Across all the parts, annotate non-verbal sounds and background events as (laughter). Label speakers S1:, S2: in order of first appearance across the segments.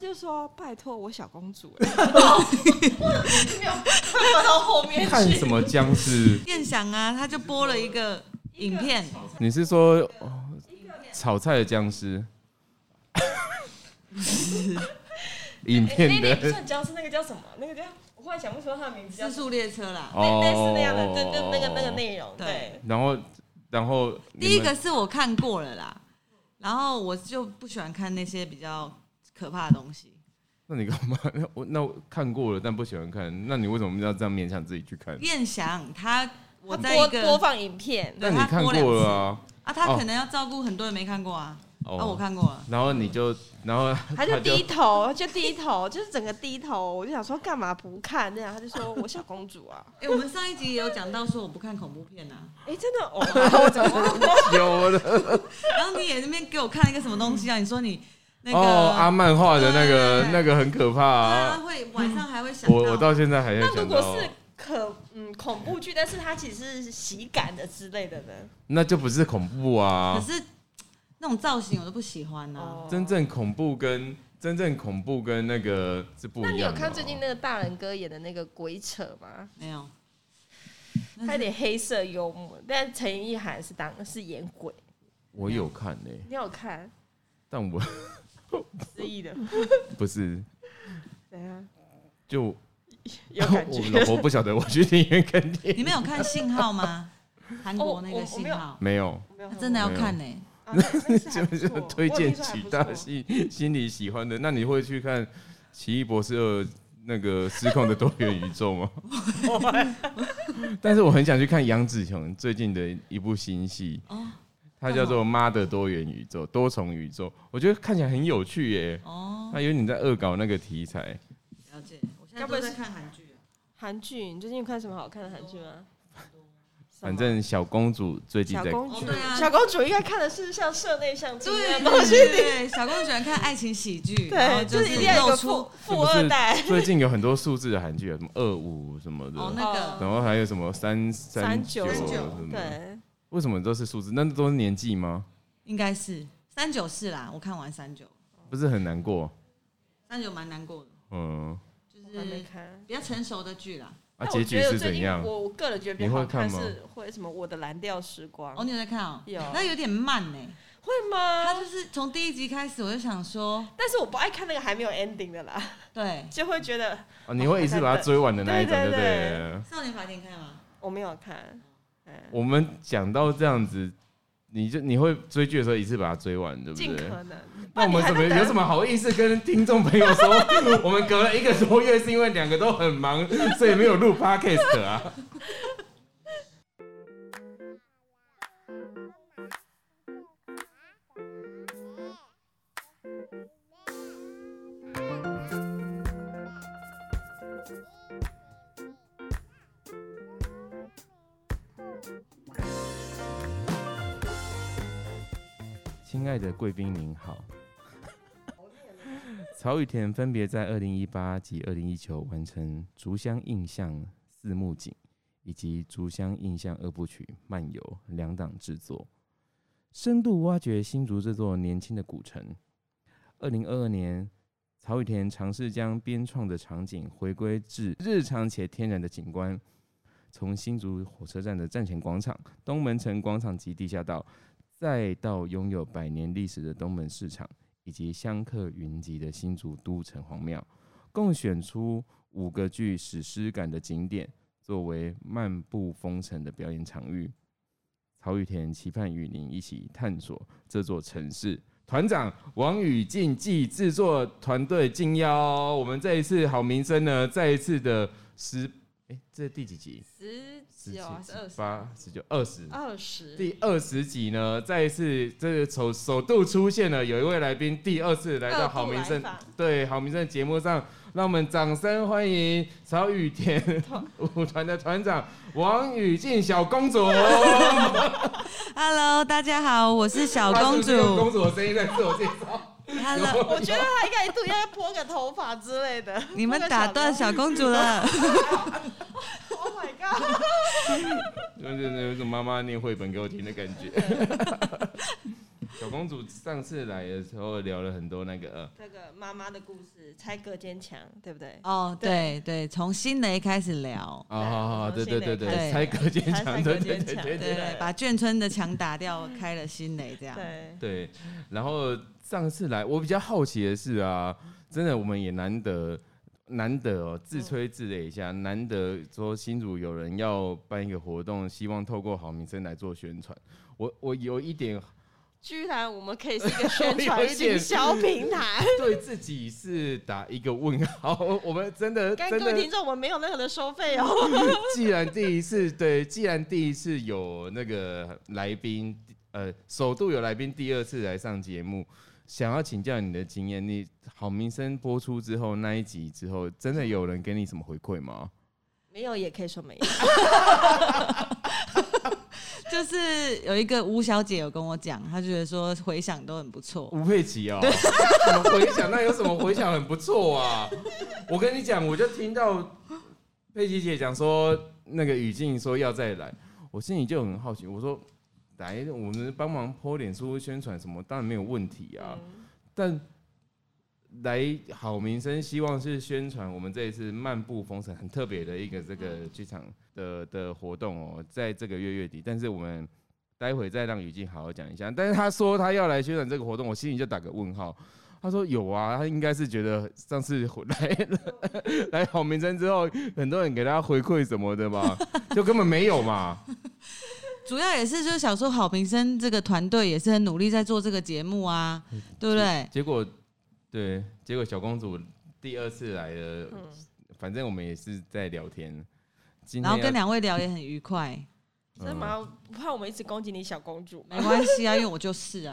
S1: 就说：“拜托，我小公主。
S2: (laughs) 没有没有到后 (laughs) 面
S3: 看
S2: 去
S3: 什。么僵尸？
S4: 燕翔啊，他就播了一个影片，
S3: (laughs) 你是说哦炒菜的
S2: (laughs)
S3: 僵尸？影片
S2: 那那不
S3: 的
S2: 算僵尸，那个叫什么？那个叫我忽然想不出他的名字叫
S4: 《
S2: 什
S4: 自
S2: 么，
S4: 助列车》啦。
S2: 类类哎似那样的，对对，那个那个
S3: 哦
S2: 内容，对
S4: 对，
S3: 然后，然后你
S4: 第一
S3: 们
S4: 个是我看过了啦，然后我就不喜欢看那些比较可怕的东西。
S3: 那你干嘛？ (laughs) 那我那我看过了，但不喜欢看。那你为什么要这样勉强自己去看？
S4: 燕翔他我
S2: 他
S4: 在
S2: 播
S4: 一
S2: 播
S4: 个
S2: 放影片，
S3: 那你看过了啊？
S4: 啊，他
S3: 哦
S4: 可能要照顾很多人没看过啊，啊我
S3: 哦，
S4: 看过了。
S3: 然后你就，然后
S1: 他就
S3: (laughs)
S1: 低头，就低头，就是整个低头。我就想说，干嘛不看？那样他就说：“我小公主 (laughs) 啊。
S4: 哎、我们上一集也有讲到说我不看恐怖片啊，
S1: 哎，真
S2: (laughs)
S1: 的，哦，我怎么忘了
S3: 有了
S4: 然后你也那边给我看一个什么东西啊？你说你那个、
S3: 哦，阿曼画的那个
S4: 对
S3: 那个很可怕
S4: 对
S3: 啊
S4: 啊，！会晚上还会想
S3: 我我到现在还在
S2: 那如
S3: 想
S2: 果
S3: 到，
S2: 是可嗯恐怖剧，但是它其实是喜感的之类的呢？
S3: 那就不是恐怖
S4: 可
S3: 啊！
S4: 是那种造型我都不喜欢呐、啊。
S2: 哦
S3: 嗯真正恐怖跟真正恐怖跟那个是不
S2: 那
S3: 一
S2: 你有
S3: 样的哦。
S2: 看最近那个大人哥演的那个《鬼扯》吗？
S4: 没有，
S1: 嗯
S2: 他有点黑色幽默，但陈意涵是当是演鬼，
S3: 我有看呢，
S2: 你有看？
S3: 但我 (laughs)
S2: 失忆的，
S1: 嗯
S2: 啊
S3: 不是
S1: 怎样？
S3: 就
S2: 有感觉。
S3: (laughs) 我老婆不晓得我去电影院看电影， (laughs)
S4: 你们有看《信号》吗？韩国那
S2: 哦我
S4: 个
S2: 我
S4: 《信
S2: 没有
S4: 号
S3: 没有。
S1: 没有》
S2: (laughs)
S4: 他真的要
S3: 没有
S4: 看呢、
S1: 啊那那是还
S3: (laughs) 就
S1: 不
S3: 是
S1: 错
S3: 推
S1: 我有
S3: 荐
S1: 听说还
S3: 其
S1: 不
S3: 他
S1: 错
S3: 心心里喜欢的。那你会去看《奇异博士二》那个失控的多元宇宙
S2: (laughs)
S3: 吗？但是我很想去看杨紫琼最近的一部新戏，
S4: 哦
S3: 它叫做《妈的多元宇宙》多重宇宙，我觉得看起来很有趣耶。
S4: 哦，
S3: 那有你在恶搞那个题材，
S4: 了解。我现在都在看韩剧啊。
S2: 韩剧，你最近有看什么好看的韩剧吗？什么
S3: 反正小公主最近
S1: 小
S3: 在
S1: 公
S4: 哦，
S1: 主，
S4: 对啊，
S2: 小公主应该看的是像社内相亲那
S4: 对
S2: 样东西，
S4: 对对，小公主喜欢看爱情喜剧，然
S2: 对，啊
S4: 后
S2: 哦就是是一定要有一
S4: 露
S2: 个
S4: 出
S2: 富富二代。
S3: 最近有很多数字的韩剧，什么二五什么的，
S4: 哦那个
S3: 然后还有什么三三
S2: 九
S3: 什
S4: 三九
S3: 么的。
S2: 对，
S3: 为什么都是数字？那都是年纪吗？
S4: 应该是三九是啦，我看完三九，
S2: 哦
S3: 不是很难过，
S4: 三九蛮难过的，
S3: 嗯，
S4: 就
S2: 我还没
S4: 是
S2: 看。
S4: 比较成熟的剧啦。
S3: 啊，
S2: 但
S3: 结
S2: 我
S3: 局
S2: 觉得
S3: 是
S2: 最
S3: 怎
S2: 近
S3: 样？
S2: 我我个人觉得比较
S3: 你会
S2: 好看
S3: 看吗
S2: 是会什么《我的蓝调时光
S4: 哦，》，你有在看哦？
S2: 有
S4: 那有点慢呢、
S2: 会吗？
S4: 他就是从第一集开始，我就想说，
S2: 但是我不爱看那个还没有 ending 的啦，
S4: 对，
S2: 就会觉得
S3: 啊，你会一次把它追完的那一种，
S2: 对
S3: 就
S2: 对
S3: 对
S2: 对
S3: 了。
S4: 少年法庭看吗？
S2: 我没有看。嗯
S3: 我们讲到这样子，你就你会追剧的时候一次把它追完，对不
S2: 尽
S3: 对？
S2: 可能。
S3: 那我们怎么有什
S2: 么？
S3: 么好意思跟听众朋友说， (laughs) 我们隔了一个多月是因为两个都很忙，所以没有录 podcast 啊？亲爱的贵宾您好，曹雨田分别在二零一八及二零一九完成《竹乡印象四幕景》以及《竹乡印象二部曲漫游》两档制作，深度挖掘新竹这座年轻的古城。二零二二年，曹雨田尝试将编创的场景回归至日常且天然的景观，从新竹火车站的站前广场、东门城广场及地下道，再到拥有百年历史的东门市场。以及香客云集的新竹都城隍庙，共选出五个具史诗感的景点作为漫步风城的表演场域。曹雨田期盼与您一起探索这座城市。团长王宇进暨制作团队敬邀，我们这一次好名声呢，再一次的十，哎、这是第几集？
S2: 十
S3: 十啊
S2: 九还是二
S3: 十
S2: 十？
S3: 八、十九、二十。
S2: 二十。
S3: 第二十集呢，再一次这个首首度出现了，有一位来宾第二次来
S2: 二
S3: 到
S2: 度
S3: 好名声
S2: 来访
S3: 对好名声节目上，让我们掌声欢迎曹雨田舞团的团长王雨静小公主。
S4: Hello，大家好，我是小公
S3: 她是不是用公
S4: 主。
S3: 主的声音在自我介绍。 (laughs)
S4: Hello，
S2: 我觉得他应该一度应该拨个头发之类的。
S4: 你们打断小公主了。
S2: Oh my god！
S3: 就是有一种妈妈念绘本给我听的感觉。小公主上次来的时候聊了很多那个，呃
S1: 那个妈妈的故事，猜隔坚强，对不对？
S4: 哦，对对，从新的一开始聊，
S3: 哦哦，哦对对对
S1: 对
S4: 对
S3: 对，猜隔间墙，
S1: 猜
S3: 对
S1: 隔
S3: 对
S1: 间
S3: 对
S1: 墙
S3: 对
S4: 对
S3: 对
S4: 对，把眷村的墙打掉，开了新的这样。
S1: 对，
S3: 对。然后上次来，我比较好奇的是啊，真的我们也难得难得哦，自吹自擂一下，难得说新竹有人要办一个活动，希望透过好名声来做宣传。我我有一点 (laughs)
S1: 居然我们可以是一个宣
S3: 有
S1: 传
S3: 一点
S1: 行销平台。
S3: 对自己是打一个问号，我们真的
S1: 跟
S3: 真
S1: 各位
S3: 的
S1: 听众，我们没有任何的收费
S3: (laughs)
S1: 哦。
S3: 既然第一次对，既然第一次有那个来宾，呃，首度有来宾第二次来上节目，想要请教你的经验，你好名声播出之后那一集之后，真的有人给你什么回馈吗？
S1: 没有也可以说没有，
S3: (laughs)
S4: 就是有一个吴小姐有跟我讲，她觉得说回响都很不错。
S3: 吴佩奇哦，什么回响？那有什么回响很不错啊？我跟你讲，我就听到佩奇姐讲说，那个语境说要再来，我心里就很好奇，我说来，我们帮忙泼脸书宣传什么，当然没有问题啊。但来好名声，希望是宣传我们这一次漫步封城很特别的一个这个剧场的的活动哦，在这个月月底，但是我们。待会再让雨静好好讲一下，但是他说他要来宣传这个活动，我心里就打个问号。他说有啊，他应该是觉得上次回来 (laughs) 来好名声之后，很多人给他回馈什么的吧，就根本没有嘛。
S4: 主要也是就是想说，好评生这个团队也是很努力在做这个节目啊，对不对？
S3: 结果对，结果小公主第二次来了，
S1: 嗯
S3: 反正我们也是在聊天。今
S4: 然
S3: 天
S4: 后跟
S3: 要
S4: 两位聊也很愉快，
S1: 真的吗？不怕我们一直攻击你小公主吗
S3: 嗯
S4: 没？关系啊，因为我就是啊。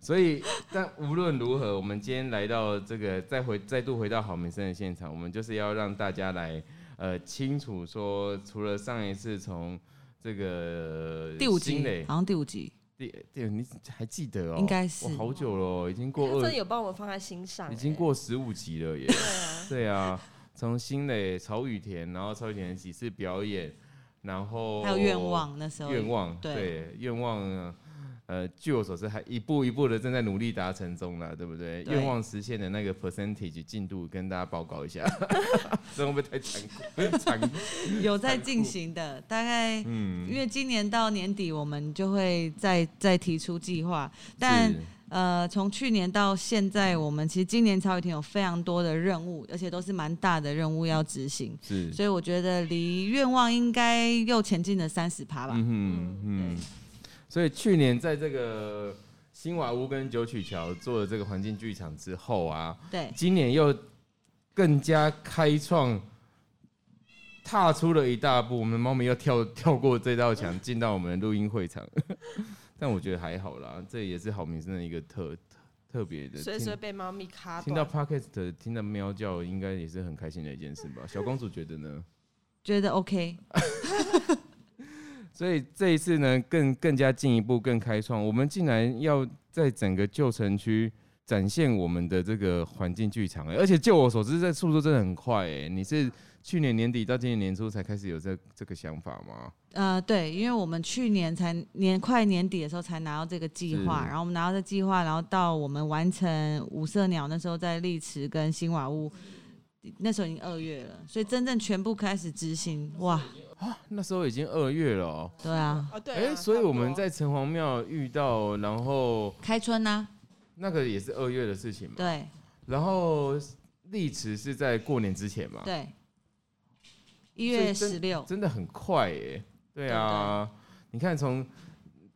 S3: 所以，但无论如何，我们今天来到这个再回再度回到好民生的现场，我们就是要让大家来呃清楚说，除了上一次从这个
S4: 第五
S3: 新磊
S4: 集好像第五集，
S3: 第第你还记得哦？
S4: 应该是
S3: 哇好久了哦、已经
S1: 他
S3: 过
S1: 真
S3: 二
S1: 的有帮我们放在心上、
S3: 已经
S1: 欸
S3: 过十五集了耶。对啊，从新磊、曹雨田，然后曹雨田几次表演，然后
S4: 还有愿望那时候
S3: 愿望，
S4: 对
S3: 对愿望，呃，据我所知，还一步一步的正在努力达成中了，对不对？
S4: 对
S3: 愿望实现的那个 percentage 进度跟大家报告一
S4: (laughs)
S3: 下， (laughs) 这会不会太残酷？ (laughs) 残酷，
S4: 有在进行的，大概因
S3: 嗯，
S4: 为今年到年底我们就会再再提出计划， (laughs) 但
S3: 是
S4: 呃，从去年到现在，我们其实今年曹雨婷有非常多的任务，而且都是蛮大的任务要执行，
S3: 是，
S4: 所以我觉得离愿望应该又前进了三十趴吧。
S3: 嗯哼嗯，所以去年在这个新瓦屋跟九曲桥做了这个环境剧场之后啊，
S4: 对，
S3: 今年又更加开创，踏出了一大步。我们猫咪又跳 (laughs) 跳过这道墙，进到我们的录音会场。 (laughs) 但我觉得还好啦，这也是好名声的一个特特特别的。
S1: 随
S3: 听
S1: 随被猫咪卡
S3: 听到
S1: 断。
S3: podcast 听到喵叫，应该也是很开心的一件事吧？小公主觉得呢？
S4: 觉得 OK，
S3: 所以这一次呢，更更加进一步、更开创，我们竟然要在整个旧城区展现我们的这个环境剧场、欸而且就我所知，这速度真的很快哎、你是去年年底到今年年初才开始有这这个想法吗？
S4: 呃，对，因为我们去年才年快年底的时候才拿到这个计划，
S3: 是
S4: 然后我们拿到这计划，然后到我们完成五色鸟那时候在丽池跟新瓦屋，那时候已经二月了，所以真正全部开始执行，哇，
S3: 那时候已经二月了、哦，
S4: 对啊，
S1: 哦，对、
S3: 哎、
S1: 啊
S3: 所以我
S1: 差
S3: 们
S1: 不多
S3: 在城隍庙遇到，然后
S4: 开春呐、
S3: 那个也是二月的事情嘛，
S4: 对
S3: 然后历池是在过年之前嘛，
S4: 对，一
S3: 所以
S4: 月
S3: 真
S4: 十六，
S3: 真的很快耶、对啊，你看从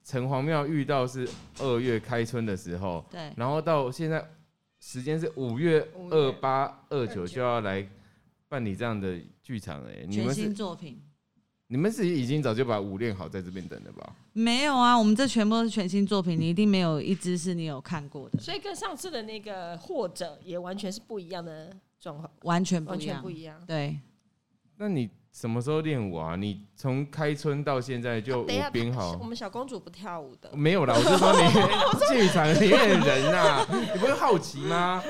S3: 城隍庙遇到是二月开春的时候，
S4: 对
S3: 然后到现在时间是五月
S1: 五月
S3: 二八二九就要来办理这样的剧场哎、你
S4: 全
S3: 们
S4: 新
S3: 是
S4: 作品。
S3: 你们是已经早就把舞练好在这边等了吧？
S4: 没有啊，我们这全部都是全新作品，你一定没有一支是你有看过的，
S1: 所以跟上次的那个或者也完全是不一样的状况，
S4: 完全不
S1: 完
S4: 一
S1: 全
S4: 样
S1: 不。一样。
S4: 对，
S3: 那你什么时候练舞啊？你从开春到现在就
S2: 啊
S3: 舞
S1: 等一下，
S3: 编好
S1: 我。们小公主不跳舞的，
S3: 没有啦，我就说你剧场啊 (laughs) 里面的人呐、你不会好奇吗？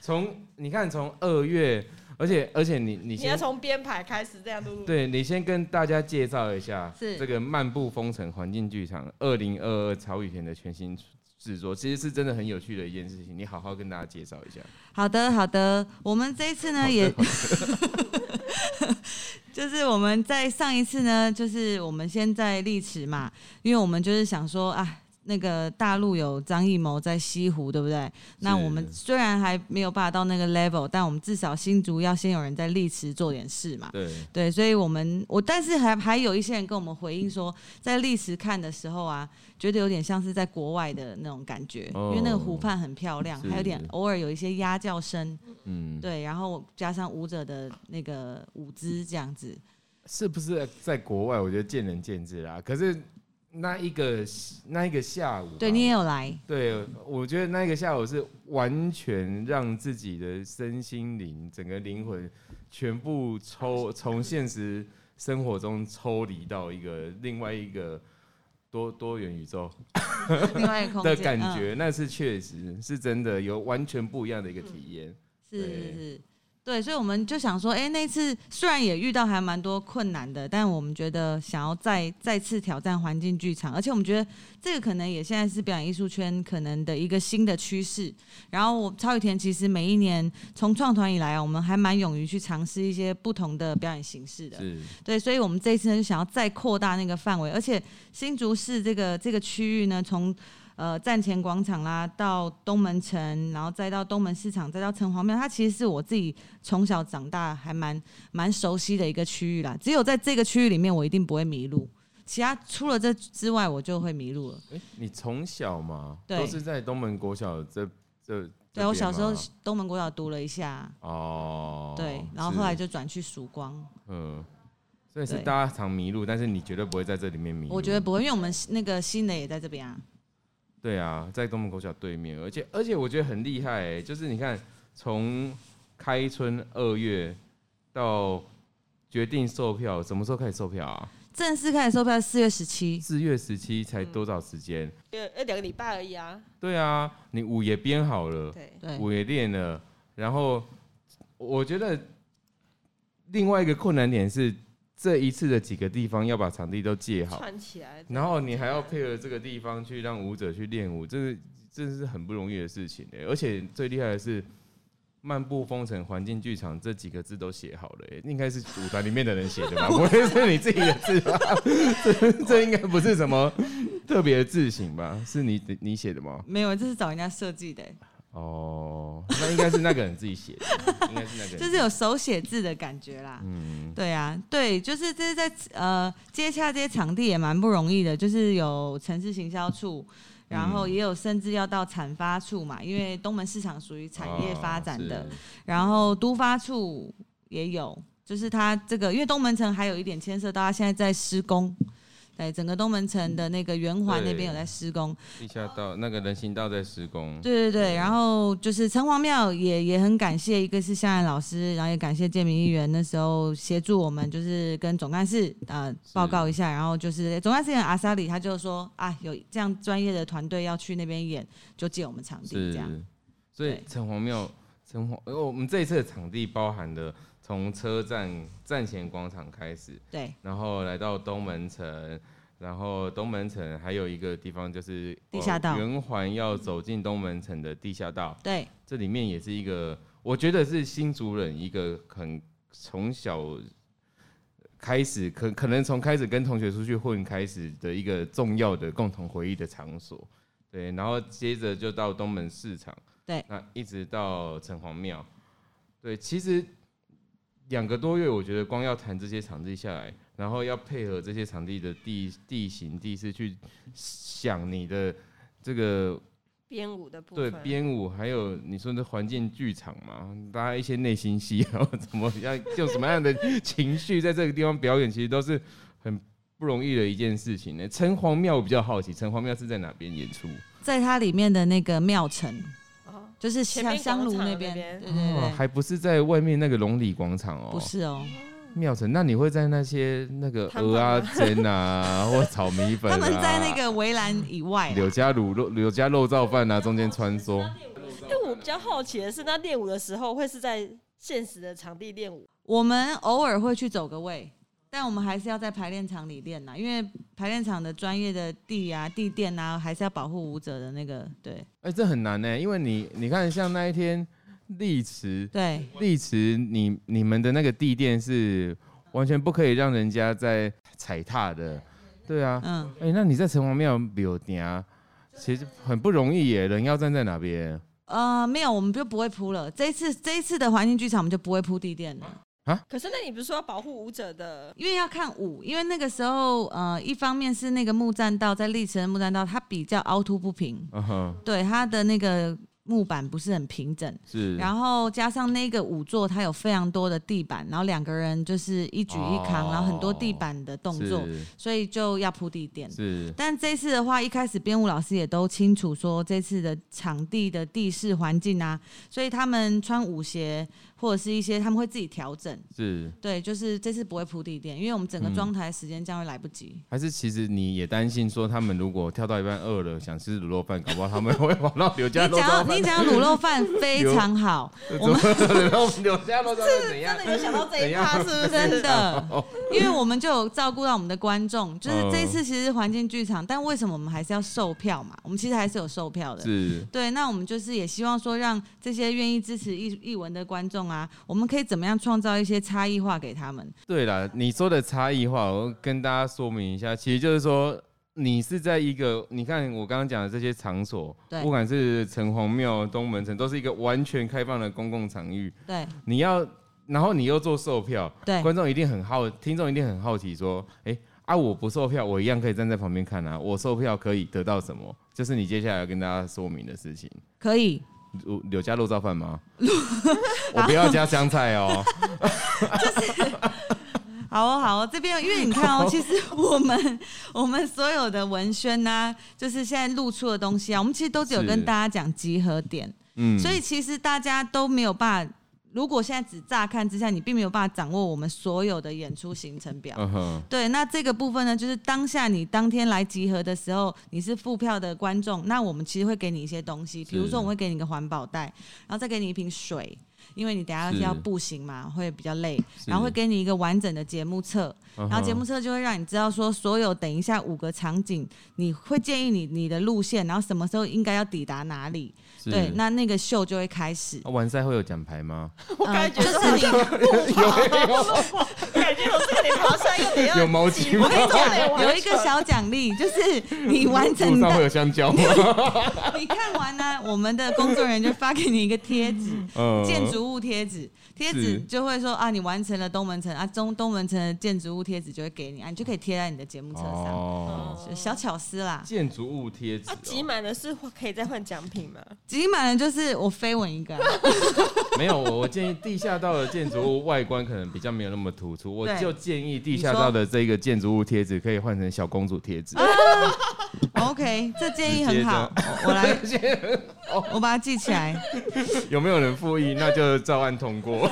S3: 从你看，从二月而且而且你你
S2: 你要
S3: 先
S2: 从编排开始这样录，
S3: 对你先跟大家介绍一下，
S4: 是
S3: 这个漫步风城环境剧场二零二二曹雨田的全新制作，其实是真的很有趣的一件事情，你好好跟大家介绍一下。
S4: 好的，好的，我们这一次呢也， (laughs) 就是我们在上一次呢，就是我们先在历池嘛，因为我们就是想说啊。那个大陆有张艺谋在西湖，对不对？那我们虽然还没有办法到那个 level，但我们至少新竹要先有人在历池做点事嘛。
S3: 对，
S4: 对，所以我们我但是还还有一些人跟我们回应说，在历史看的时候啊，觉得有点像是在国外的那种感觉，因为那个湖
S3: 哦
S4: 畔很漂亮，还有
S3: 是
S4: 点偶尔有一些鸭叫声，
S3: 嗯，，
S4: 对，然后加上舞者的那个舞姿这样子，
S3: 是不是在国外？我觉得见仁见智啦。可是那一个那一个下午啊吧，
S4: 对你也有来，
S3: 对，我觉得那个下午是完全让自己的身心灵、整个灵魂全部
S4: (laughs)
S3: 抽从现实生活中抽离到一个另外一个多多元宇宙
S4: 另外一个空
S3: 的
S4: 间
S3: 感
S4: 嗯
S3: 觉，那是确实是真的有完全不一样的一个体
S4: 嗯
S3: 验。对
S4: 是是是，对，所以我们就想说，哎、那次虽然也遇到还蛮多困难的，但我们觉得想要再再次挑战环境剧场，而且我们觉得这个可能也现在是表演艺术圈可能的一个新的趋势。然后我超雨田其实每一年从创团以来啊，我们还蛮勇于去尝试一些不同的表演形式的。
S3: 是，
S4: 对，所以我们这一次呢，就想要再扩大那个范围，而且新竹市这个这个区域呢，从呃站前广场啦，到东门城，然后再到东门市场，再到城隍庙，它其实是我自己从小长大还蛮蛮熟悉的一个区域啦。只有在这个区域里面，我一定不会迷路，其他除了这之外，我就会迷路了。
S3: 哎、你从小嘛，
S4: 对
S3: 都是在东门国小这这。
S4: 对我小时候
S3: 这边吗
S4: 东门国小读了一下，
S3: 哦，
S4: 对，然后后来
S3: 是
S4: 就转去曙光。
S3: 嗯，所以是
S4: 对
S3: 大家常迷路，但是你绝对不会在这里面迷路。
S4: 我觉得不会，因为我们那个新的也在这边啊。
S3: 对啊，在东门口小对面，而且而且我觉得很厉害、欸，就是你看从开春二月到决定售票，什么时候开始售票啊？
S4: 正式开始售票是四月十七，
S3: 四月十七才多少时间？
S2: 呃，呃两个礼拜而已啊。
S3: 对啊，你舞也编好了，
S2: 对，
S4: 对，
S3: 舞也练了，然后我觉得另外一个困难点是这一次的几个地方要把场地都借好，
S2: 串起来。
S3: 然后你还要配合这个地方去让舞者去练舞，这是这是很不容易的事情哎、而且最厉害的是，漫步风城环境剧场这几个字都写好了、欸，应该是舞团里面的人写 (laughs) 的吧？不会是你自己的字吧？这这应该不是什么特别的字型吧？是你你写的吗？
S4: 没有，这是找人家设计的欸、
S3: 哦，那应该是那个人自己写的，应该是那 (laughs) 个人。
S4: 就是有手写字的感觉啦。
S3: 嗯，
S4: 对啊，对，就是这是在呃接洽这些场地也蛮不容易的，就是有城市行销处，
S3: 嗯
S4: 然后也有甚至要到产发处嘛，因为东门市场属于产业发展的，
S3: 哦
S4: 然后都发处也有，就是它这个因为东门城还有一点牵涉到它现在在施工，对，整个东门城的那个圆环那边有在施工，
S3: 是地下道那个人行道在施工，
S4: 对对对，然后就是城隍庙也也很感谢，一个是向安老师，然后也感谢建明议员那时候协助我们，就是跟总干事呃报告一下，然后就是总干事阿萨里他就说啊有这样专业的团队要去那边演，就借我们场地这样，
S3: 所以
S4: 对
S3: 城隍庙，城隍，呃，我们这一次的场地包含了从车站站前广场开始，
S4: 对，
S3: 然后来到东门城，然后东门城还有一个地方就是
S4: 地下道
S3: 呃圆环要走进东门城的地下道，
S4: 对
S3: 这里面也是一个，我觉得是新族人一个很从小。开始可可能从开始跟同学出去混开始的一个重要的共同回忆的场所，对，然后接着就到东门市场，
S4: 对
S3: 那一直到城隍庙，对，其实两个多月，我觉得光要谈这些场地下来，然后要配合这些场地的地地形地势去想你的这个
S2: 编舞的部
S3: 对
S2: 分，
S3: 编舞，还有你说的环境剧场嘛，大家一些内心戏，然后 (laughs) 怎么样，用什么样的情绪在这个地方表演，其实都是很不容易的一件事情呢。城隍庙我比较好奇，城隍庙是在哪边演出？
S4: 在它里面的那个庙城，
S2: 哦
S4: 就是
S2: 前
S4: 香
S2: 面
S4: 香炉
S2: 广场
S4: 那
S2: 那
S4: 边，
S2: 边
S4: 对对对，
S3: 哦，还不是在外面那个龙里广场哦，
S4: 不是哦，
S3: 妙城，那你会在那些那个
S2: 摊
S3: 鹅啊、 (laughs) 煎啊，或炒米粉、啊，
S4: 他们在那个围栏以外啦，
S3: 柳家卤肉、柳家肉燥饭啊中间穿梭，
S2: 但我比较好奇的是，那练舞的时候会是在现实的场地练舞？
S4: 我们偶尔会去走个位，但我们还是要在排练场里练啦，因为排练场的专业的地啊、地垫啊，还是要保护舞者的那个。对
S3: 哎、这很难呢、因为你你看，像那一天丽池，
S4: 对，
S3: 丽池，你你们的那个地垫是完全不可以让人家在踩踏的，对啊。
S4: 嗯，
S3: 哎、那你在城隍庙有点，啊其实很不容易耶，人要站在哪边
S4: 呃，没有，我们就不会铺了。这一次这一次的环境剧场，我们就不会铺地垫了。
S2: 可是那你不是说要保护舞者的？
S4: 因为要看舞，因为那个时候，呃，一方面是那个木栈道在历城的木栈道，它比较凹凸不平，
S3: 嗯哼，
S4: 对它的那个木板不是很平整，
S3: 是。
S4: 然后加上那个舞座，它有非常多的地板，然后两个人就是一举一扛，
S3: 哦
S4: 然后很多地板的动作，所以就要铺地垫。
S3: 是是
S4: 但这次的话，一开始编舞老师也都清楚说这次的场地的地势环境啊，所以他们穿舞鞋或者是一些他们会自己调整。
S3: 是，
S4: 对，就是这次不会铺地垫，因为我们整个
S3: 嗯
S4: 装台时间将会来不及。
S3: 还是其实你也担心说他们如果跳到一半饿了，想吃卤肉饭，搞不好他们会跑 (laughs) 到刘家
S4: 你
S3: 楼
S4: 讲
S3: 上
S4: 到你讲到卤
S3: (laughs)
S4: 肉饭非常好，我们
S3: 们 (laughs) 刘家楼上是怎样？
S2: 有想到
S3: 怎样
S2: 是不
S4: (laughs) 真
S3: (laughs)
S4: 的，因为我们就有照顾到我们的观众，就是
S3: 嗯
S4: 这一次其实是环境剧场，但为什么我们还是要售票嘛？我们其实还是有售票的。
S3: 是
S4: 对，那我们就是也希望说，让这些愿意支持艺艺文的观众啊，我们可以怎么样创造一些差异化给他们？
S3: 对啦，你说的差异化，我跟大家说明一下，其实就是说，你是在一个，你看我刚刚讲的这些场所，
S4: 对
S3: 不管是城隍庙、东门城，都是一个完全开放的公共场域。
S4: 对
S3: 你要，然后你又做售票，
S4: 对
S3: 观众一定很好，听众一定很好奇，说，哎、啊，我不售票，我一样可以站在旁边看啊，我售票可以得到什么？就是你接下来要跟大家说明的事情。
S4: 可以，
S3: 有有加肉燥饭
S4: (laughs)
S3: 吗？我不要加香菜哦。
S4: 好哦，好哦，这边因为你看哦，其实我们 (laughs) 我们所有的文宣呐、就是现在露出的东西啊，我们其实都只有
S3: 是
S4: 跟大家讲集合点，
S3: 嗯，
S4: 所以其实大家都没有办法。如果现在只乍看之下，你并没有办法掌握我们所有的演出行程表。
S3: 嗯哼，
S4: 对，那这个部分呢，就是当下你当天来集合的时候，你是付票的观众，那我们其实会给你一些东西，比如
S3: 是
S4: 说我们会给你一个环保袋，然后再给你一瓶水，因为你等一下
S3: 是
S4: 要步行嘛，会比较累，
S3: 是嗯
S4: 然后会给你一个完整的节目册，
S3: 然
S4: 然后节目册就会让你知道说，所有等一下五个场景，你会建议你你的路线，然后什么时候应该要抵达哪里，对，那那个秀就会开始。
S3: 啊完赛会有奖牌吗？
S2: 我
S4: 嗯
S2: 感觉
S4: 就
S2: 就是
S4: 是你
S3: (laughs)
S2: 感觉我这个得爬山又得要
S3: 有毛巾吗
S2: 我跟你讲，
S4: 有一个小奖励，就是你 (laughs) 完成
S3: 路上
S4: 到
S3: 会有香蕉
S4: (laughs)
S3: 吗？
S4: 你看完呢、我们的工作人员就发给你一个贴纸，
S3: 嗯
S4: 建筑物贴纸，贴
S3: 是
S4: 纸就会说啊，你完成了东门城啊，中东门城的建筑物贴纸就会给你啊，你就可以贴在你的节目册上，嗯
S3: 哦，
S4: 就小巧思啦。
S3: 建筑物贴纸
S2: 啊，挤
S3: 哦
S2: 满了是可以再换奖品吗？
S4: 挤满了就是我飞吻一
S3: (laughs)
S4: 个啊、
S3: 没有，我我建议地下道的建筑物外观可能比较没有那么突出，我
S4: 对
S3: 就建议地下道的这个建筑物贴纸可以换成小公主贴纸。
S4: 啊 OK，这建议
S3: 直接
S4: 很
S3: 这
S4: 好
S3: 样，
S4: 我我来，我把它记起来。
S3: (laughs) 有没有人复议？那就照案通
S4: (laughs)
S3: 过。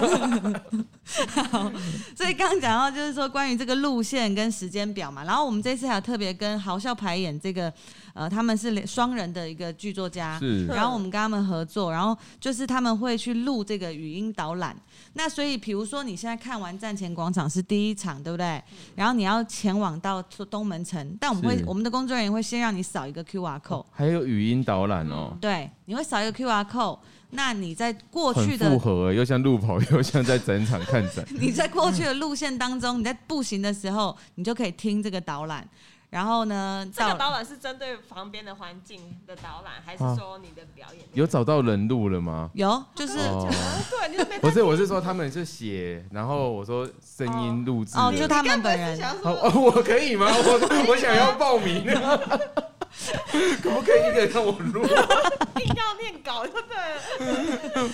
S4: 所以刚刚讲到就是说关于这个路线跟时间表嘛，然后我们这次还有特别跟豪笑排演这个，呃，他们是连双人的一个剧作家，
S3: 是
S4: 然后我们跟他们合作，然后就是他们会去录这个语音导览。那所以比如说你现在看完站前广场是第一场，对不对？然后你要前往到东门城，但我们
S3: 嗯是
S4: 会我们的工作人员会先让你扫一个 QR code。
S3: 还有语音导览哦，
S4: 对，你会扫一个 QR code，那你在过
S3: 很
S4: 去的
S3: 复合，欸又像路跑，又像在展场看展。
S4: (laughs) 你在过去的路线当中，你在步行的时候，你就可以听这个导览。然后呢，
S2: 这个
S4: 到
S2: 导览是针对旁边的环境的导览，还是说你的表演？
S3: 有找到人录了吗？
S4: 有就是
S3: 哦，
S2: 对，你没
S3: 不是，我是说他们就写，然后我说声音录制。
S4: 哦，就他们本人。
S2: 想
S3: 好、
S2: 说
S1: (laughs)
S3: 哦，我可以吗？我我想要报名， (laughs) 可不可以一个人让我
S4: (laughs)
S3: 录？
S2: 硬要念稿，对不对？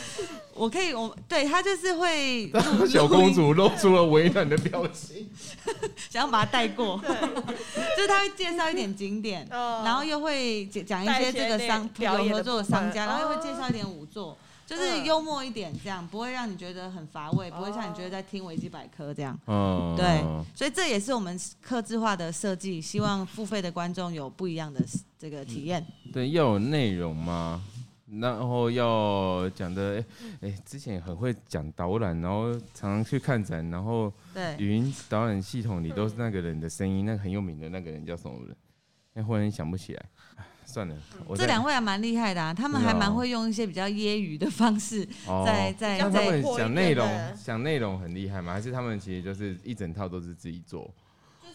S4: 我可以，我对他就是会录
S3: (laughs) 小公主露出了为难的表情。
S4: 想要把它带
S2: (laughs)
S4: 过，就是他会介绍一点景点，
S2: 哦
S4: 然后又会讲讲一
S2: 带一
S4: 些
S2: 些
S4: 这个
S2: 那
S4: 商
S2: 表
S4: 有
S2: 演
S4: 合
S2: 的
S4: 作的
S2: 部分
S4: 商家，然后又
S2: 哦
S4: 会介绍一点舞作，就是
S2: 嗯
S4: 幽默一点，这样不会让你觉得很乏味，不会像你觉得在听维基百科这样。
S3: 哦
S4: 对，所以这也是我们客制化的设计，
S3: 嗯
S4: 希望付费的观众有不一样的这个体验。
S3: 对，要有内容吗？然后要讲的，哎、诶之前也很会讲导览，然后常常去看展，然后
S4: 对，
S3: 语音导览系统里都是那个人的声音，那个很有名的那个人叫什么人？哎，忽然想不起来，啊算了。我
S4: 这
S3: 再
S4: 两位还蛮厉害的、啊，他们
S3: 真的
S4: 还蛮
S3: 哦
S4: 会用一些比较揶揄的
S2: (laughs)
S4: 方式，
S3: 哦
S4: 在在
S3: 那他
S4: 在
S3: 们
S1: 破
S3: 想
S1: 一
S3: 内
S1: 点
S3: 容
S1: 的
S3: 想内容很厉害吗？还是他们其实就是一整套都是自己做？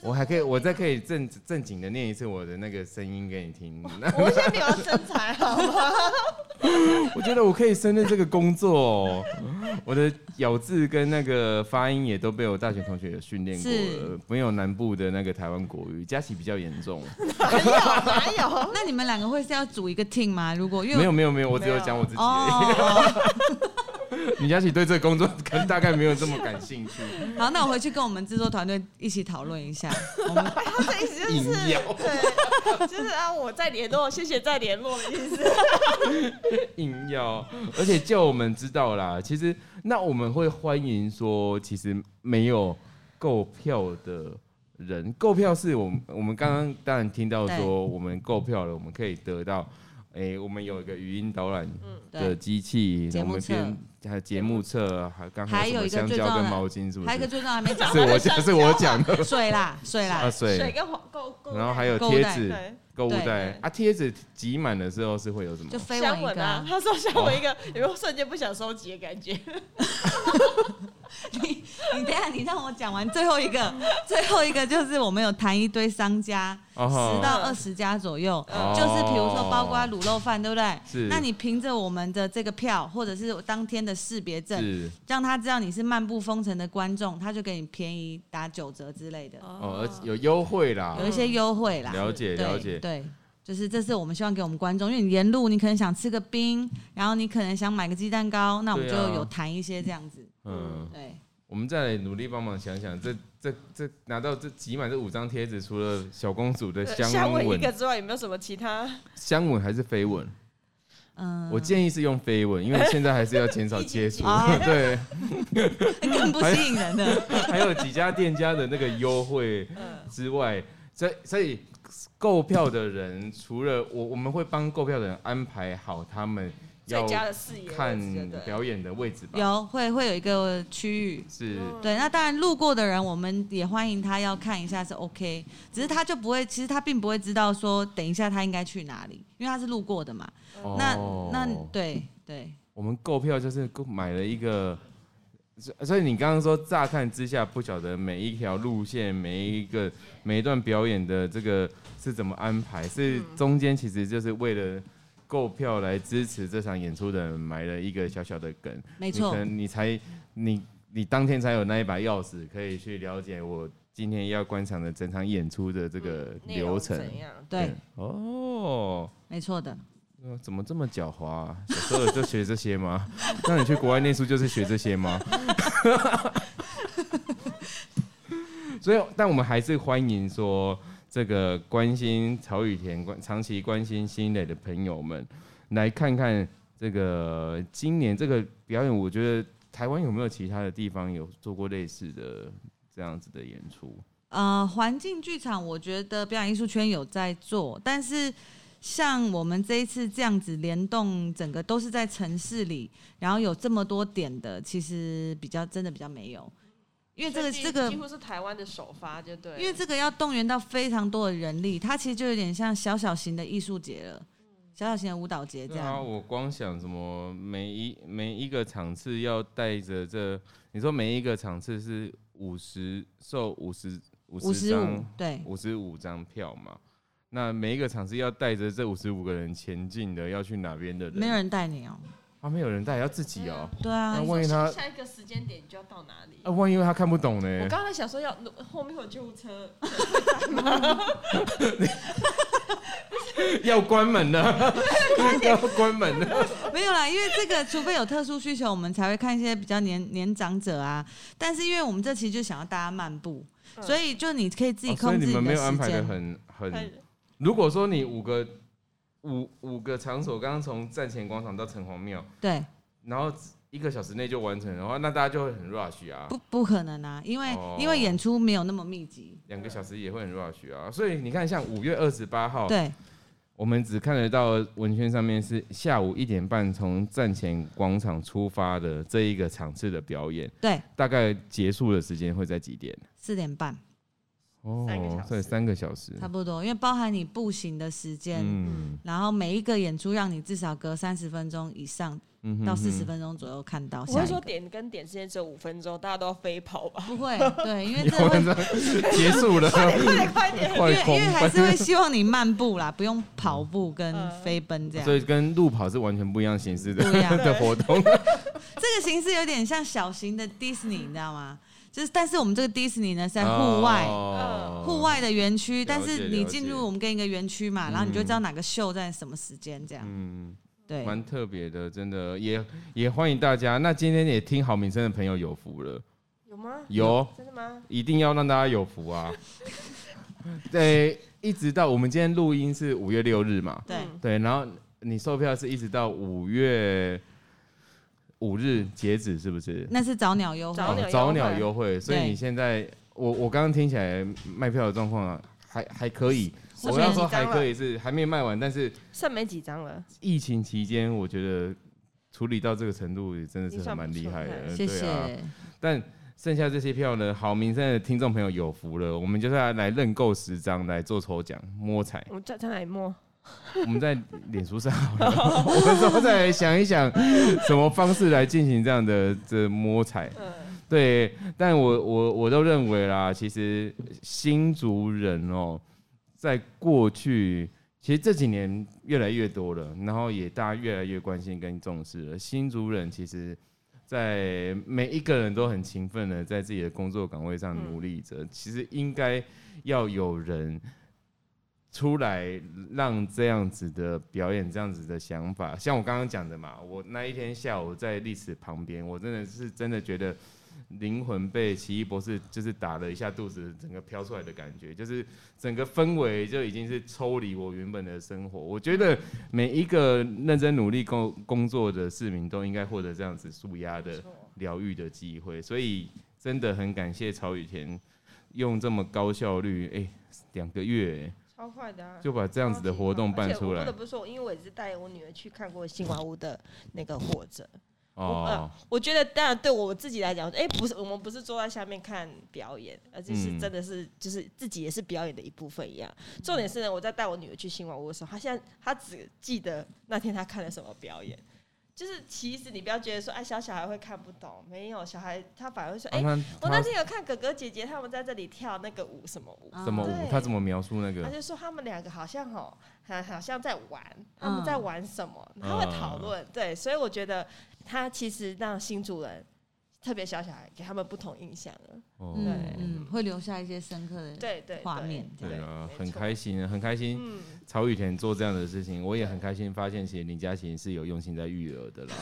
S3: 我还可以，我再可以正正经的念一次我的那个声音给你听。 (laughs) 那
S1: 我先聊身材好吗？
S3: 我觉得我可以胜任这个工作哦，我的咬字跟那个发音也都被我大学同学有训练过了
S4: 是，
S3: 没有南部的那个台湾国语，佳琪比较严重。
S1: 哪有？
S4: 那你们两个会是要组一个 team 吗？如果因为
S3: 没有没有没有，我只
S1: 没
S3: 有
S1: 有
S3: 讲我自己 (laughs) 而
S4: 哦，
S3: 已。李佳琪对这个工作 (laughs) 可能大概没有这么感兴趣，
S4: 好，那我回去跟我们制作团队一起讨论一下。我们
S1: 他这意思
S3: (laughs)
S1: 就
S3: 硬
S1: 是
S3: 要
S1: 对，就是啊，我再联络，谢谢再联络的意思。
S3: 硬要，而且就我们知道啦，其实那我们会欢迎说，其实没有购票的人，购票是我们我们刚刚当然听到
S4: 对
S3: 说我们购票了，我们可以得到，诶，我们有一个语音导览的
S4: 嗯对，
S3: 机器，
S4: 节
S3: 我
S4: 目
S3: 们
S4: 册
S3: 边还有节目册，还刚才
S4: 还有
S3: 什么
S4: 一个
S3: 香
S4: 最
S3: 蕉
S4: 重要
S3: 跟
S4: 的
S3: 毛巾是不
S4: 还有一个
S3: 是？
S4: 最重要还没讲，
S3: 是我讲，是我讲的
S4: 水啦，水
S3: 啊，
S4: 啦，
S1: 水
S3: 对。
S1: 跟黄够够，
S3: 然后还有
S4: 购物
S3: 贴
S4: 袋
S3: 纸、
S1: 对
S3: 购物
S4: 对
S3: 袋啊，贴纸挤满的时候是会有什么
S4: 就？飞
S1: 香
S4: 吻一
S1: 吻
S4: 个
S1: 啊
S4: 啊，。
S1: 他说香吻一
S3: 哦
S1: 个，有没有瞬间不想收集的感觉？
S4: 你 (laughs) 你等一下，你让我讲完最后一个，最后一个就是我们有谈一堆商家，
S3: 哦吼
S4: 十到二十家左右，
S3: 哦
S4: 就是比如说包括卤肉饭，对不对？
S3: 是
S4: 那你凭着我们的这个票，或者是当天的识别证，
S3: 是
S4: 让他知道你是漫步风尘的观众，他就给你便宜打九折之类的，
S3: 哦，而
S1: 啊
S3: 有优惠啦，
S4: 有一些优惠啦。
S3: 了解
S4: 对
S3: 了解。
S4: 对，就是这是我们希望给我们观众，因为你沿路你可能想吃个冰，然后你可能想买个鸡蛋糕，那我们就
S3: 对啊
S4: 有谈一些这样子。
S3: 嗯，
S4: 对，
S3: 我们再来努力帮忙想想，这这这拿到这挤满这五张贴纸，除了小公主
S2: 呃
S3: 的香
S1: 香吻一
S3: 吻
S1: 个，之外，有没有什么其他？
S3: 香吻还是飞吻？
S4: 嗯，
S3: 我
S4: (laughs)
S3: 建议是用飞吻，因为现在还是要减少接触
S4: 啊。
S3: (laughs) 对，
S4: 更不吸引人的。
S3: 还有几家店家的那个优惠
S1: 嗯
S3: 之外，所以所以购票的人，除了我，我们会帮购票的人安排好他们
S1: 最
S3: 要
S1: 佳的视野
S3: 看
S1: 对不对
S3: 表演的位置吧。
S4: 有会会有一个区域。
S3: 是，
S4: 对，那当然路过的人，我们也欢迎他要看一下是 OK，只是他就不会，其实他并不会知道说等一下他应该去哪里，因为他是路过的嘛。那
S3: 哦
S4: 那对对
S3: 我们购票就是购买了一个，所所以你刚刚说乍看之下不晓得每一条路线、每一个每一段表演的这个是怎么安排，
S1: 嗯
S3: 是中间其实就是为了购票来支持这场演出的人埋了一个小小的梗，
S4: 没
S3: 你
S4: 错
S3: 可，能你才你你当天才有那一把钥匙可以去了解我今天要观赏的整场演出的这个
S1: 嗯内容
S3: 流程。嗯
S1: 怎样？
S4: 对，
S3: 哦。
S4: 没错的。
S3: 呃怎么这么狡猾、啊？小时候就学这些吗？ (laughs) 那你去国外念书就是学这些吗？ (laughs) 所以，但我们还是欢迎说这个关心曹雨田、关长期关心新磊的朋友们，来看看这个今年这个表演，我觉得台湾有没有其他的地方有做过类似的这样子的演出？
S4: 呃，环境剧场，我觉得表演艺术圈有在做，但是像我们这一次这样子联动，整个都是在城市里，然后有这么多点的，其实比较真的比较没有，因为这个
S1: 所以
S4: 这个
S1: 几乎是台湾的首发，就对了。
S4: 因为这个要动员到非常多的人力，它其实就有点像小小型的艺术节了，小小型的舞蹈节这
S3: 对啊，
S4: 样。
S3: 我光想什么每一每一个场次要带着这，你说每一个场次是五十售五十
S4: 五
S3: 五十
S4: 十五
S3: 张，
S4: 对
S3: 五十五张票嘛，那每一个场次要带着这五十五个人前进的要去哪边的人？
S4: 没有人带你哦、
S3: 啊，没有人带，要自己哦、
S4: 对啊
S3: 那，万一他
S1: 下一个时间点就要到哪里
S3: 啊，？万一他看不懂呢
S1: 我？刚才想说要后面有救护车，
S3: (laughs) 要关门
S4: (laughs)
S3: 了，要关门了。
S4: 没有啦，因为这个除非有特殊需求，我们才会看一些比较年年长者啊。但是因为我们这期就想要大家漫步，
S1: 嗯
S4: 所以就你可以自己
S3: 哦所以
S4: 控制
S3: 你们没
S4: 的
S3: 有安
S4: 时
S3: 排的
S4: 间。
S3: 很
S2: 哎
S3: 很
S1: 很
S3: 如果说你五个五五个场所，刚刚从站前广场到城隍庙，
S4: 对，
S3: 然后一个小时内就完成的话，那大家就会很 rush 啊
S4: 不，不可能啊，因为、
S3: 哦
S4: 因为演出没有那么密集。
S3: 两个小时也会很 rush 啊。所以你看，像五月二十八号，
S4: 对，
S3: 我们只看得到文宣上面是下午一点半从站前广场出发的这一个场次的表演，
S4: 对，
S3: 大概结束的时间会在几点？
S4: 四点半
S3: 哦
S2: 三个小时
S3: 对，三个小时，
S4: 差不多，因为包含你步行的时间，
S3: 嗯
S4: 然后每一个演出让你至少隔三十分钟以上
S3: 嗯哼
S4: 到四十
S3: 哼
S4: 分钟左右看到
S2: 我
S4: 下
S2: 会
S4: 一
S2: 说
S4: 个。
S2: 点跟点之间只有五分钟，大家都要飞跑吧？
S4: 不
S2: (laughs)
S4: 会，对，因为这
S3: (laughs) 有
S4: 会
S3: 人
S4: (laughs)
S3: 在结束了，
S4: 啊
S2: 快点快点！
S4: 因为
S3: 快
S4: 因
S3: 空
S4: 为还是会希望你漫步啦，不用跑步跟
S2: 嗯
S4: 飞奔这样
S3: 所。以跟路跑是完全不一样形式的
S4: 不一样
S3: 的活动。
S4: 这个形式有点像小型的迪士尼，你知道吗？就是，但是我们这个迪士尼呢是在户外，
S3: 哦
S4: 户外的园区，但
S3: 了解
S4: 是
S3: 了解
S4: 你进入我们跟一个园区嘛，然后你就
S3: 嗯
S4: 知道哪个秀在什么时间这样。
S3: 嗯，
S4: 对，
S3: 蛮特别的，真的也也欢迎大家。那今天也听好名声的朋友有福了，
S2: 有吗？
S3: 有
S2: 真的吗？
S3: 一定要让大家有福啊！对，一直到我们今天录音是五月六日嘛，
S2: 嗯
S4: 对，
S3: 对，然后你售票是一直到五月五日截止，是不是？哦
S4: 那是早鸟优惠
S2: 早鸟优惠
S3: 早鸟优惠，所以
S4: 对
S3: 你现在我我刚刚听起来卖票的状况啊，还还可以。
S4: 是
S3: 我要
S4: 没
S3: 说
S2: 几张
S3: 还
S2: 了
S3: 可以是还没卖完，但是
S2: 剩没几张了，
S3: 疫情期间，我觉得处理到这个程度也真的是还蛮厉害
S2: 已经算不，
S3: 的，
S4: 谢嗯
S3: 对啊。
S4: 谢。
S3: 但剩下这些票呢，好名声的听众朋友有福了，我们就是要来认购十张来做抽奖摸彩
S2: 我在在哪里摸？
S3: 我们在脸书上 (laughs) 好了，我们之后再来想一想什么方式来进行这样的这摸彩。
S2: 嗯，
S3: 对，但我我我都认为啦，其实新族人哦、在过去其实这几年越来越多了，然后也大家越来越关心跟重视了。新族人其实，在每一个人都很勤奋的在自己的工作岗位上努力着，其实应该要有人。出来让这样子的表演，这样子的想法，像我刚刚讲的嘛，我那一天下午在历史旁边，我真的是真的觉得灵魂被奇异博士就是打了一下肚子，整个飘出来的感觉，就是整个氛围就已经是抽离我原本的生活。我觉得每一个认真努力工工作的市民都应该获得这样子舒压的疗愈的机会，所以真的很感谢曹雨田用这么高效率，哎、两个月、
S2: 超快的啊！
S3: 就把这样子的活动办出
S2: 而且我不
S3: 来
S2: 得不说，因为我也是带我女儿去看过新华屋的那个活着。
S3: 哦。
S2: 我觉得，当然对我自己来讲，哎、不是我们不是坐在下面看表演，而且是
S3: 嗯
S2: 真的是、就是自己也是表演的一部分一样。重点是呢，我在带我女儿去新闻屋的时候，她现在她只记得那天她看了什么表演。就是其实你不要觉得说，哎，小小孩会看不懂，没有小孩他反而会说，哎、
S3: 啊他
S2: 我那
S3: 他
S2: 天有看哥哥姐姐他们在这里跳那个舞什么舞，
S4: 嗯
S3: 怎么舞？
S2: 啊对
S3: 他怎么描述那
S2: 他
S3: 个？
S2: 就说他们两个好像哦，好好像在玩，他们在玩什么？
S3: 嗯
S2: 他会讨论，对，所以我觉得他其实让新主人，特别小小孩，给他们不同印象了。
S3: 哦
S4: 嗯嗯，会留下一些深刻的。
S2: 对对，
S4: 画面
S2: 对
S3: 对啊，
S2: 没
S3: 很
S2: 错
S3: 开心，很开心。
S2: 嗯，
S3: 曹雨田做这样的事情，我也很开心，发现其实林嘉欣是有用心在育儿的啦。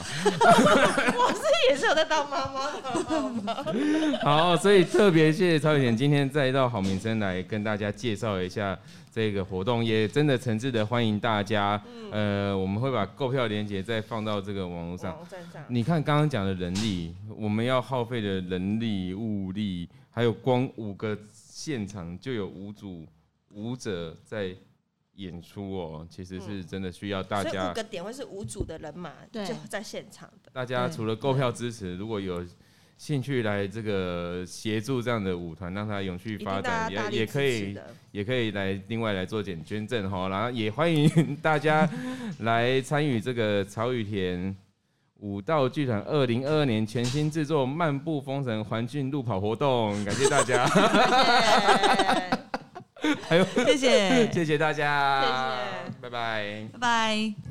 S2: 这也是有在当妈妈。
S3: (laughs) 好，所以特别谢谢曹雨田今天再到好民生来跟大家介绍一下这个活动，也真的诚挚的欢迎大家。
S2: 嗯
S3: 呃，我们会把购票链接再放到这个网络上。
S2: 网站上，
S3: 你看刚刚讲的人力，我们要耗费的人力、物力，还有光五个现场就有五组舞者在演出哦，其实是真的需要
S2: 嗯
S3: 大
S2: 所以
S3: 家
S2: 五。个点会是五组的人马，
S4: 对
S2: 就在现场的。
S3: 大家
S4: 对
S3: 除了购票支持，如果有兴趣来这个协助这样的舞团，让它永续
S2: 一定
S3: 发
S2: 大家
S3: 展，
S2: 大
S3: 也
S2: 力
S3: 也
S2: 支
S3: 可
S2: 持
S3: 以
S2: 的，
S3: 也可以来另外来做点捐赠哈，然后也欢迎 (laughs) 大家
S2: (laughs)
S3: 来参与这个曹雨田武道剧团二零二二年全新制作《漫步风神环境路跑》活动，感谢
S2: (laughs)
S3: 大家，
S2: 对
S3: 还有
S4: 谢谢，
S3: (laughs) 谢谢大家，
S2: 谢谢
S3: 拜拜。
S4: 拜拜。